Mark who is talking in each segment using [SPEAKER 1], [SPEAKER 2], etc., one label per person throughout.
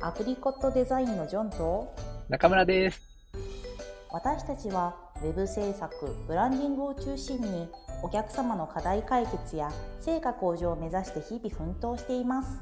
[SPEAKER 1] アプリコットデザインのジョンと
[SPEAKER 2] 中村です。
[SPEAKER 1] 私たちはウェブ制作ブランディングを中心にお客様の課題解決や成果向上を目指して日々奮闘しています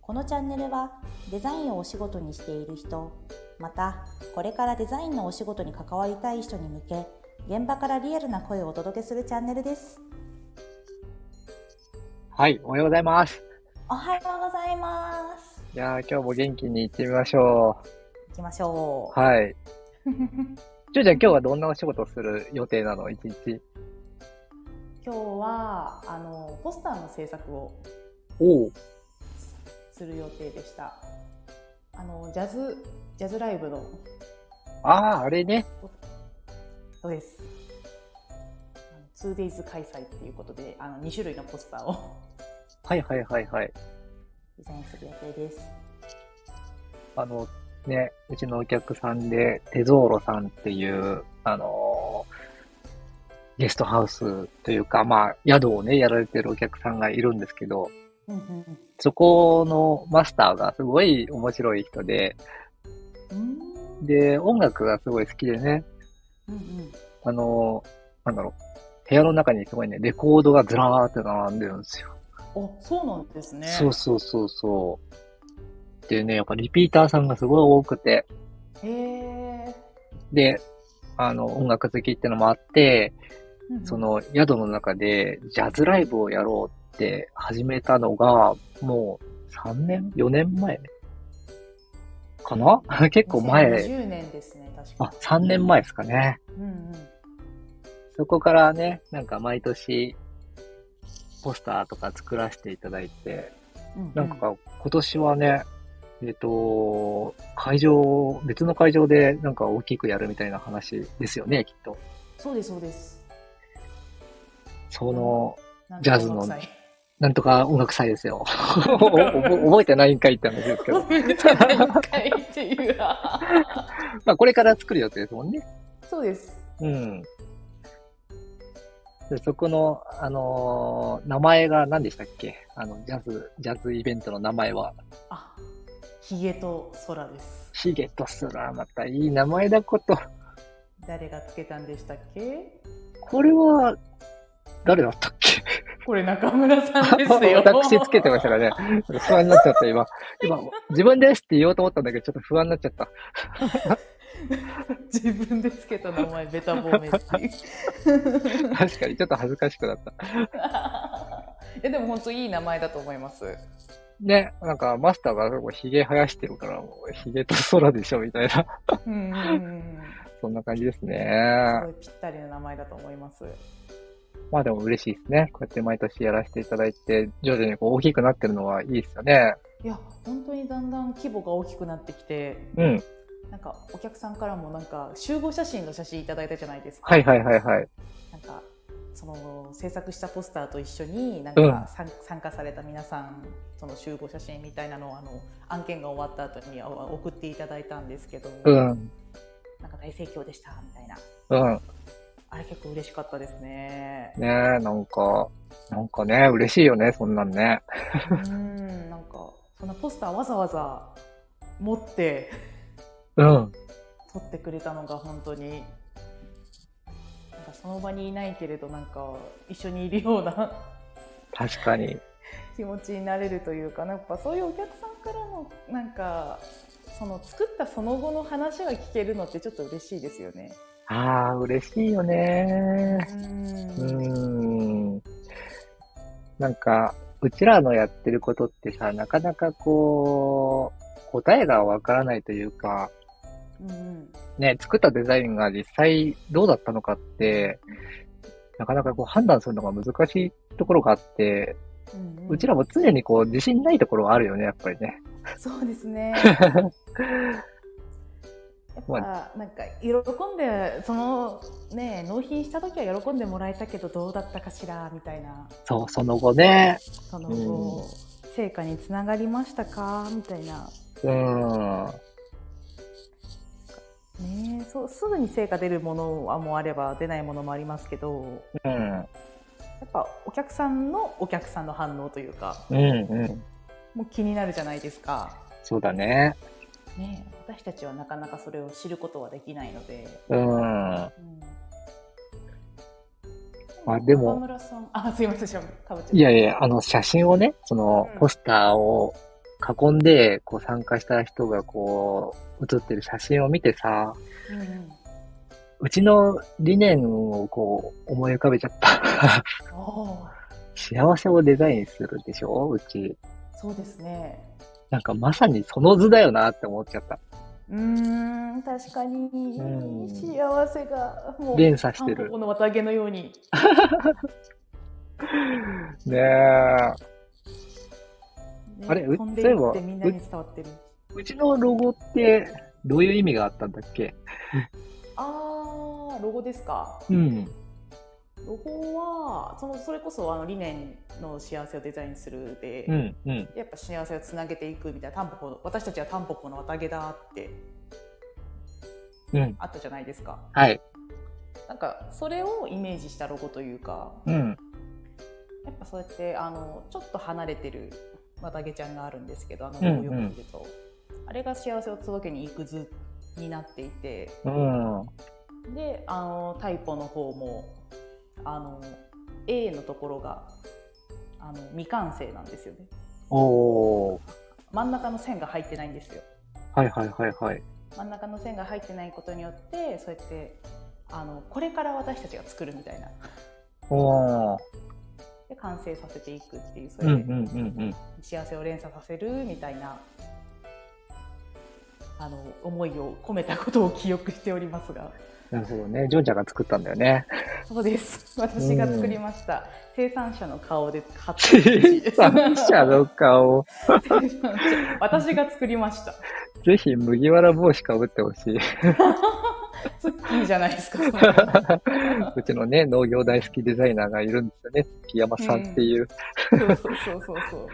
[SPEAKER 1] このチャンネルはデザインをお仕事にしている人またこれからデザインのお仕事に関わりたい人に向け現場からリアルな声をお届けするチャンネルです
[SPEAKER 2] はい、おはようございます。
[SPEAKER 1] おはようございます
[SPEAKER 2] いやー、今日も元気に行ってみましょ
[SPEAKER 1] 行きましょ
[SPEAKER 2] う。はい。
[SPEAKER 1] う
[SPEAKER 2] ちょうちゃん、今日はどんなお仕事をする予定なの一日。
[SPEAKER 1] 今日はあのポスターの制作を
[SPEAKER 2] おお。
[SPEAKER 1] する予定でしたあのジャズジャズライブの
[SPEAKER 2] ああ、あれね。
[SPEAKER 1] そうですあの 2days 開催っていうことであの2種類のポスターを
[SPEAKER 2] はいはいはいはい。
[SPEAKER 1] デザインする予定です
[SPEAKER 2] あの、ね、うちのお客さんで、テゾーロさんっていう、あのーゲストハウスというか、まあ、宿をね、やられてるお客さんがいるんですけど、
[SPEAKER 1] うんうん
[SPEAKER 2] そこのマスターがすごい面白い人で、
[SPEAKER 1] うん
[SPEAKER 2] で、音楽がすごい好きでね、
[SPEAKER 1] うんうん
[SPEAKER 2] あの、なんだろう、部屋の中にすごいね、レコードがずらーって並んでるんですよ。
[SPEAKER 1] おそうなんですね
[SPEAKER 2] そうそうそうそう。でね、やっぱリピーターさんがすごい多くて、
[SPEAKER 1] へえ、
[SPEAKER 2] で、あの、音楽好きってのもあって、
[SPEAKER 1] うんうん
[SPEAKER 2] その宿の中でジャズライブをやろうって始めたのが、もう3年 ?4 年前かな 結構前。
[SPEAKER 1] 2020年ですね確
[SPEAKER 2] あ
[SPEAKER 1] か、
[SPEAKER 2] 3年前ですかね。
[SPEAKER 1] うんうん
[SPEAKER 2] そこからね、なんか毎年、ポスターとか作らせていただいて、
[SPEAKER 1] うんうん
[SPEAKER 2] なんか今年はね、えっ、と、会場、別の会場でなんか大きくやるみたいな話ですよね、きっと。
[SPEAKER 1] そうですそうです
[SPEAKER 2] その、
[SPEAKER 1] なんか
[SPEAKER 2] ジャズの
[SPEAKER 1] 音楽祭
[SPEAKER 2] なんとか音楽祭ですよ。おぼ覚えてないんかいって話ですけど。
[SPEAKER 1] 何回っていう
[SPEAKER 2] まあこれから作る予定ですもんね。
[SPEAKER 1] そうです
[SPEAKER 2] うん。でそこの、あのー名前が何でしたっけあの、ジャズ、ジャズイベントの名前は。
[SPEAKER 1] あヒゲと空です
[SPEAKER 2] ヒゲとすらまたいい名前だこと。
[SPEAKER 1] 誰がつけたんでしたっけ
[SPEAKER 2] これは、誰だったっけ
[SPEAKER 1] これ中村さんです よ
[SPEAKER 2] 私つけてましたからね。ちょっと不安になっちゃった、今。今、自分ですって言おうと思ったんだけど、ちょっと不安になっちゃった。
[SPEAKER 1] 自分でつけた名前ベタボーメ っていう
[SPEAKER 2] 確かに、ちょっと恥ずかしくなった。
[SPEAKER 1] いやでも本当いい名前だと思います
[SPEAKER 2] ね、なんか、マスターが結構ヒゲ生やしてるから、もうヒゲと空でしょ、みたいな。
[SPEAKER 1] うんうんうん
[SPEAKER 2] そんな感じですね。
[SPEAKER 1] すごいぴったりの名前だと思います
[SPEAKER 2] まあでも嬉しいですね。こうやって毎年やらせていただいて、徐々にこう大きくなってるのはいいですよね。
[SPEAKER 1] いや本当にだんだん規模が大きくなってきて
[SPEAKER 2] うん。
[SPEAKER 1] なんかお客さんからもなんか集合写真の写真いただいたじゃないですか
[SPEAKER 2] はいはいはいはい。
[SPEAKER 1] なんかその制作したポスターと一緒になん
[SPEAKER 2] うん
[SPEAKER 1] か参、参加された皆さんその集合写真みたいなのをあの案件が終わった後にあ送っていただいたんですけど、
[SPEAKER 2] うん。
[SPEAKER 1] なんか大盛況でしたみたいな
[SPEAKER 2] うん。
[SPEAKER 1] あれ結構嬉しかったです ね。
[SPEAKER 2] ねえ、なんか、なんかね、嬉しいよね、そんなんね。
[SPEAKER 1] うんなんかそんなポスターわざわざ持って
[SPEAKER 2] うん。
[SPEAKER 1] 撮ってくれたのが本当に。なんかその場にいないけれどなんか一緒にいるような
[SPEAKER 2] 確かに。
[SPEAKER 1] 気持ちになれるというかやっぱそういうお客さんからのなんかその作ったその後の話が聞けるのってちょっと嬉しいですよね。
[SPEAKER 2] ああ、嬉しいよね。うーん。なんか、うちらのやってることってさ、なかなかこう、答えがわからないというか、
[SPEAKER 1] うんうん
[SPEAKER 2] ね、作ったデザインが実際どうだったのかって、なかなかこう判断するのが難しいところがあって、
[SPEAKER 1] うんうん
[SPEAKER 2] うちらも常にこう自信ないところはあるよね、やっぱりね。
[SPEAKER 1] そうです ね。やっ
[SPEAKER 2] ま
[SPEAKER 1] ぱなんか喜んでそのね納品した時は喜んでもらえたけどどうだったかしらみたいな
[SPEAKER 2] そう、その後ね、
[SPEAKER 1] その
[SPEAKER 2] うん
[SPEAKER 1] 成果につながりましたかみたいな
[SPEAKER 2] うん。
[SPEAKER 1] ねそうすぐに成果出るものはもうあれば出ないものもありますけど
[SPEAKER 2] うん。
[SPEAKER 1] やっぱお客さんのお客さんの反応というか
[SPEAKER 2] うんうん。
[SPEAKER 1] もう気になるじゃないですか。
[SPEAKER 2] そうだね。
[SPEAKER 1] ねえ、私たちはなかなかそれを知ることはできないので、
[SPEAKER 2] うん。あ、
[SPEAKER 1] うん、
[SPEAKER 2] でも
[SPEAKER 1] 中、村さんあすいませんしゃかぶっちゃった
[SPEAKER 2] いやいや、あの、写真をね、その
[SPEAKER 1] うん、
[SPEAKER 2] ポスターを囲んで、こう、参加した人が、こう、写ってる写真を見てさ、
[SPEAKER 1] うんうん
[SPEAKER 2] うちの理念を、こう、思い浮かべちゃった。
[SPEAKER 1] おー
[SPEAKER 2] 幸せをデザインするでしょうち。
[SPEAKER 1] そうですね
[SPEAKER 2] なんか、まさにその図だよなって思っちゃった。
[SPEAKER 1] うーん確かに、
[SPEAKER 2] ん
[SPEAKER 1] 幸せがもう
[SPEAKER 2] 連鎖して
[SPEAKER 1] タンポ
[SPEAKER 2] る
[SPEAKER 1] ポ。の綿毛のように
[SPEAKER 2] ねえ。
[SPEAKER 1] ね
[SPEAKER 2] あれう
[SPEAKER 1] 飛んでい
[SPEAKER 2] そ
[SPEAKER 1] っ
[SPEAKER 2] うい
[SPEAKER 1] て
[SPEAKER 2] えば
[SPEAKER 1] みんなに伝わってる
[SPEAKER 2] うちのロゴって、どういう意味があったんだっけ
[SPEAKER 1] あーロゴですか
[SPEAKER 2] うん。
[SPEAKER 1] ロゴはそのそれこそあの理念の幸せをデザインするで、
[SPEAKER 2] うん、うん。
[SPEAKER 1] やっぱ幸せをつなげていくみたいなタンポポの私たちはタンポポの綿毛だって
[SPEAKER 2] うん。
[SPEAKER 1] あったじゃないですか
[SPEAKER 2] はい。
[SPEAKER 1] なんかそれをイメージしたロゴというか
[SPEAKER 2] うん。
[SPEAKER 1] やっぱそうやってあのちょっと離れてる綿毛ちゃんがあるんですけどあの
[SPEAKER 2] うん
[SPEAKER 1] ロゴよく
[SPEAKER 2] うん
[SPEAKER 1] 見ると、あれが幸せを届けに行く図になっていて
[SPEAKER 2] うん。
[SPEAKER 1] であのタイポの方もあの A のところがあの未完成なんですよね
[SPEAKER 2] おー。
[SPEAKER 1] 真ん中の線が入ってないんですよ
[SPEAKER 2] はいはいはいはい。
[SPEAKER 1] 真ん中の線が入ってないことによってそうやってあのこれから私たちが作るみたいな
[SPEAKER 2] おー。
[SPEAKER 1] で完成させていくっていうそう
[SPEAKER 2] うん
[SPEAKER 1] れ
[SPEAKER 2] うん
[SPEAKER 1] で
[SPEAKER 2] うんうん。
[SPEAKER 1] 幸せを連鎖させるみたいな、あの思いを込めたことを記憶しておりますが
[SPEAKER 2] なるほどね。ジョンちゃんが作ったんだよ ね。
[SPEAKER 1] そうです私が作りました、生産者の顔で買った
[SPEAKER 2] 生産者の顔。
[SPEAKER 1] 生産者私が作りました
[SPEAKER 2] ぜひ麦わら帽子かぶってほ しい。
[SPEAKER 1] ツッキーじゃないですか
[SPEAKER 2] うちのね、農業大好きデザイナーがいるんですよね。木山さんっていう。
[SPEAKER 1] そうそうそうそうそう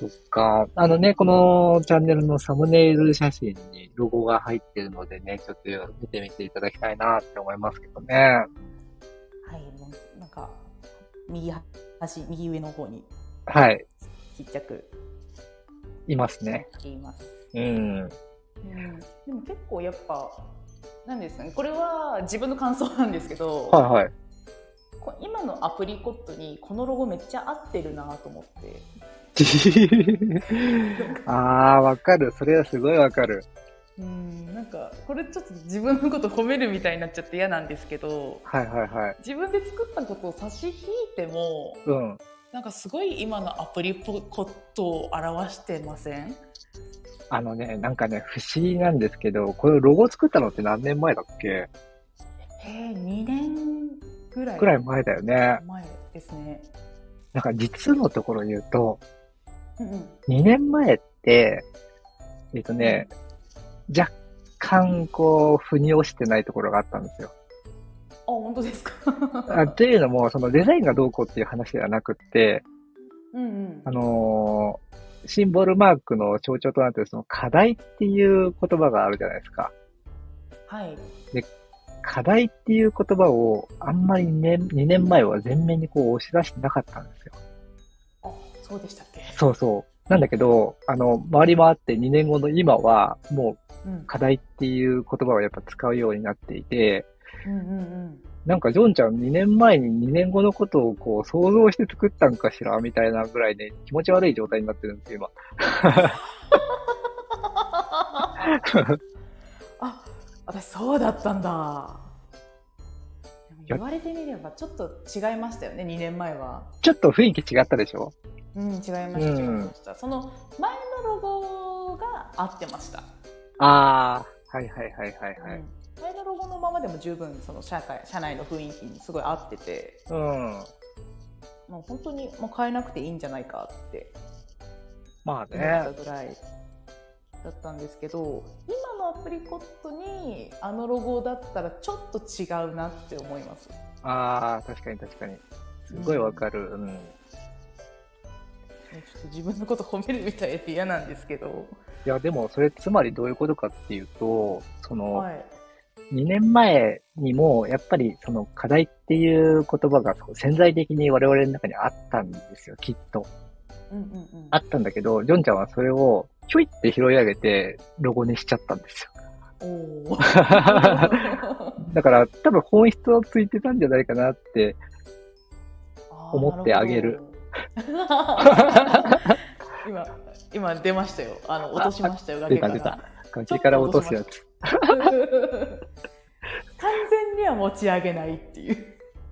[SPEAKER 2] そっか。あのね、このチャンネルのサムネイル写真にロゴが入ってるのでね、ちょっと見てみていただきたいなって思いますけどね。
[SPEAKER 1] はいもうなんか右端右上の方に
[SPEAKER 2] はい。
[SPEAKER 1] ちっちゃく
[SPEAKER 2] いますね。
[SPEAKER 1] 言います、
[SPEAKER 2] うん。
[SPEAKER 1] でも結構やっぱなんですかねこれは自分の感想なんですけど、
[SPEAKER 2] はいはい。
[SPEAKER 1] こ今のアプリコットにこのロゴめっちゃ合ってるなと思って
[SPEAKER 2] あー、わかる。それはすごいわかる。
[SPEAKER 1] うんなんかこれちょっと自分のこと褒めるみたいになっちゃって嫌なんですけど
[SPEAKER 2] はいはいはい。
[SPEAKER 1] 自分で作ったことを差し引いても
[SPEAKER 2] うん。
[SPEAKER 1] なんかすごい今のアプリコットを表してません
[SPEAKER 2] あのね、なんかね、不思議なんですけど、このロゴ作ったのって何年前だっけ
[SPEAKER 1] え2年ぐらい
[SPEAKER 2] くらい前だよね。
[SPEAKER 1] 前ですね。
[SPEAKER 2] なんか実のところ言うと、
[SPEAKER 1] うんうん
[SPEAKER 2] 2年前って、えっとね、若干こう、腑に落ちてないところがあったんですよ。
[SPEAKER 1] あ本当ですか。
[SPEAKER 2] あというのも、そのデザインがどうこうっていう話ではなくって、
[SPEAKER 1] うんうん
[SPEAKER 2] あ。のーシンボルマークの象徴となっているその課題っていう言葉があるじゃないですか。
[SPEAKER 1] はい。
[SPEAKER 2] 課題っていう言葉をあんまりね、2年前は前面にこう押し出してなかったんですよ。
[SPEAKER 1] あそうでしたっけ。
[SPEAKER 2] そうそう。なんだけど、あの、回り回って2年後の今は、もう
[SPEAKER 1] うん
[SPEAKER 2] 課題っていう言葉をやっぱ使うようになっていて、
[SPEAKER 1] うんうんうん。
[SPEAKER 2] なんかジョンちゃん2年前に2年後のことをこう想像して作ったんかしらみたいなぐらいね、気持ち悪い状態になってるんですよ、
[SPEAKER 1] あ私そうだったんだでも
[SPEAKER 2] や
[SPEAKER 1] 言われてみればちょっと違いましたよね2年前は
[SPEAKER 2] 今。ちょっと雰囲気違ったでしょ
[SPEAKER 1] うん違いました
[SPEAKER 2] う
[SPEAKER 1] 違
[SPEAKER 2] ん
[SPEAKER 1] いました、その前のロゴが合ってました、
[SPEAKER 2] あー、はいはいはいはいはい。
[SPEAKER 1] うん前のロゴのままでも十分その社会社内の雰囲気にすごい合ってて
[SPEAKER 2] うん。
[SPEAKER 1] もう本当にもう変えなくていいんじゃないかって
[SPEAKER 2] まあね
[SPEAKER 1] 思っ。たぐらいだったんですけど今のアプリコットにあのロゴだったらちょっと違うなって思います
[SPEAKER 2] あー、確かに確かに。すごいわかる。うん
[SPEAKER 1] ねちょっと自分のこと褒めるみたいで嫌なんですけど、
[SPEAKER 2] いや、でも、それ、つまりどういうことかっていうと、その、
[SPEAKER 1] い、
[SPEAKER 2] 2年前にも、やっぱり、その、課題っていう言葉がそう潜在的に我々の中にあったんですよ、きっと。
[SPEAKER 1] うんうんうん、
[SPEAKER 2] あったんだけど、ジョンちゃんはそれをひょいって拾い上げて、ロゴにしちゃったんですよ。
[SPEAKER 1] おお。
[SPEAKER 2] だから、多分本質をついてたんじゃないかなって、思ってあげる
[SPEAKER 1] あー。なるほど今今出ましたよ。あの落としましたよ。
[SPEAKER 2] 出
[SPEAKER 1] 崖か
[SPEAKER 2] た
[SPEAKER 1] ら
[SPEAKER 2] 出た。崖から落とすやつ。
[SPEAKER 1] 完 全には持ち上げないっていう。。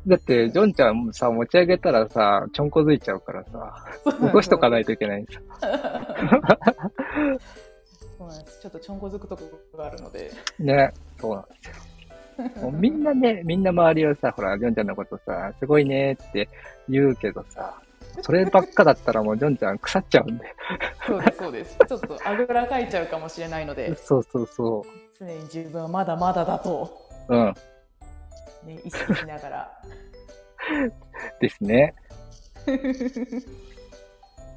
[SPEAKER 2] だって、ジョンちゃんもさ、持ち上げたらさ、ちょんこづいちゃうからさ、落としとかないいといけないんですよ。
[SPEAKER 1] そうなんです。ちょっとちょんこづくとこがあるので。
[SPEAKER 2] ね、そうなんですよ。もうみんなね、みんな周りはさ、ほら、ジョンちゃんのことさ、すごいねって言うけどさ、そればっかだったらもうジョンちゃん腐っちゃうんで。
[SPEAKER 1] そうですそうです。ちょっとあぐらかいちゃうかもしれないので、
[SPEAKER 2] そうそうそ
[SPEAKER 1] 常に自分はまだまだだと、
[SPEAKER 2] う。うん。
[SPEAKER 1] ね、意識しながら。
[SPEAKER 2] ですね。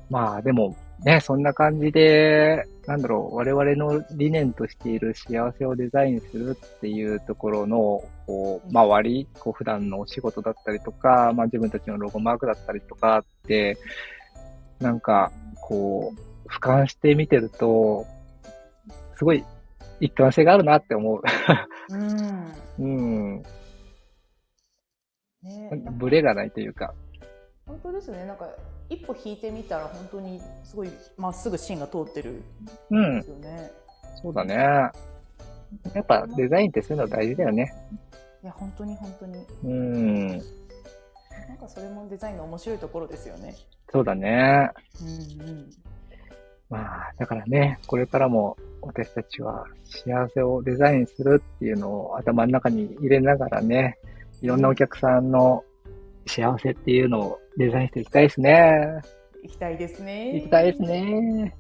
[SPEAKER 2] まあでも、ね、そんな感じで、なんだろう、我々の理念としている幸せをデザインするっていうところの、こう、周り、こう、普段のお仕事だったりとか、まあ自分たちのロゴマークだったりとかって、なんか、こう、俯瞰して見てると、すごい一貫性があるなって思う。
[SPEAKER 1] うん。
[SPEAKER 2] うん。
[SPEAKER 1] ね、
[SPEAKER 2] ブレがないというか。
[SPEAKER 1] 本当ですね。なんか一歩引いてみたら本当にすごいまっすぐ芯が通ってるん
[SPEAKER 2] うん
[SPEAKER 1] で。すよね。
[SPEAKER 2] そうだね。やっぱデザインってそういうの大事だよね。
[SPEAKER 1] いや本当に本当に。
[SPEAKER 2] うん。
[SPEAKER 1] なんかそれもデザインの面白いところですよね。
[SPEAKER 2] そうだね。
[SPEAKER 1] うんうん。
[SPEAKER 2] まあ、だからね、これからも私たちは幸せをデザインするっていうのを頭の中に入れながらね、いろんなお客さんの幸せっていうのをデザインしていきたいですね。
[SPEAKER 1] 行きたいですね。
[SPEAKER 2] いきたいです。ね。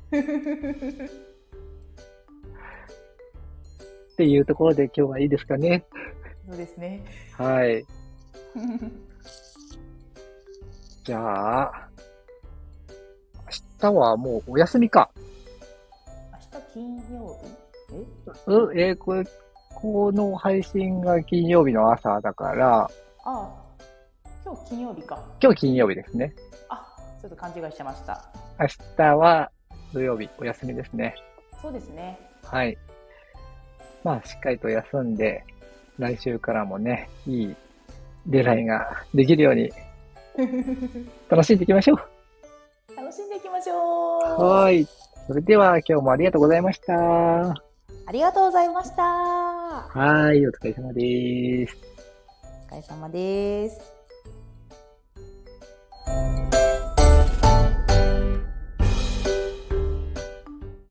[SPEAKER 2] っていうところで今日はいいですかね。
[SPEAKER 1] そうですね。
[SPEAKER 2] はい。じゃあ、明日はもうお休みか。
[SPEAKER 1] 明日金曜日え
[SPEAKER 2] うえーこれ、この配信が金曜日の朝だから、
[SPEAKER 1] あ今日金曜日か
[SPEAKER 2] 今日金曜日ですね。
[SPEAKER 1] あちょっと勘違いしてました
[SPEAKER 2] 明日は土曜日お休みですね。
[SPEAKER 1] そうですね
[SPEAKER 2] はい。まあ、しっかりと休んで、来週からもね、いいデザインができるように楽しんでいきましょ
[SPEAKER 1] 楽しんでいきましょ
[SPEAKER 2] う。
[SPEAKER 1] う
[SPEAKER 2] はい。それでは今日もありがとうございました。は
[SPEAKER 1] ありがとうございましたお
[SPEAKER 2] い、お疲れ様です。
[SPEAKER 1] 疲れ様です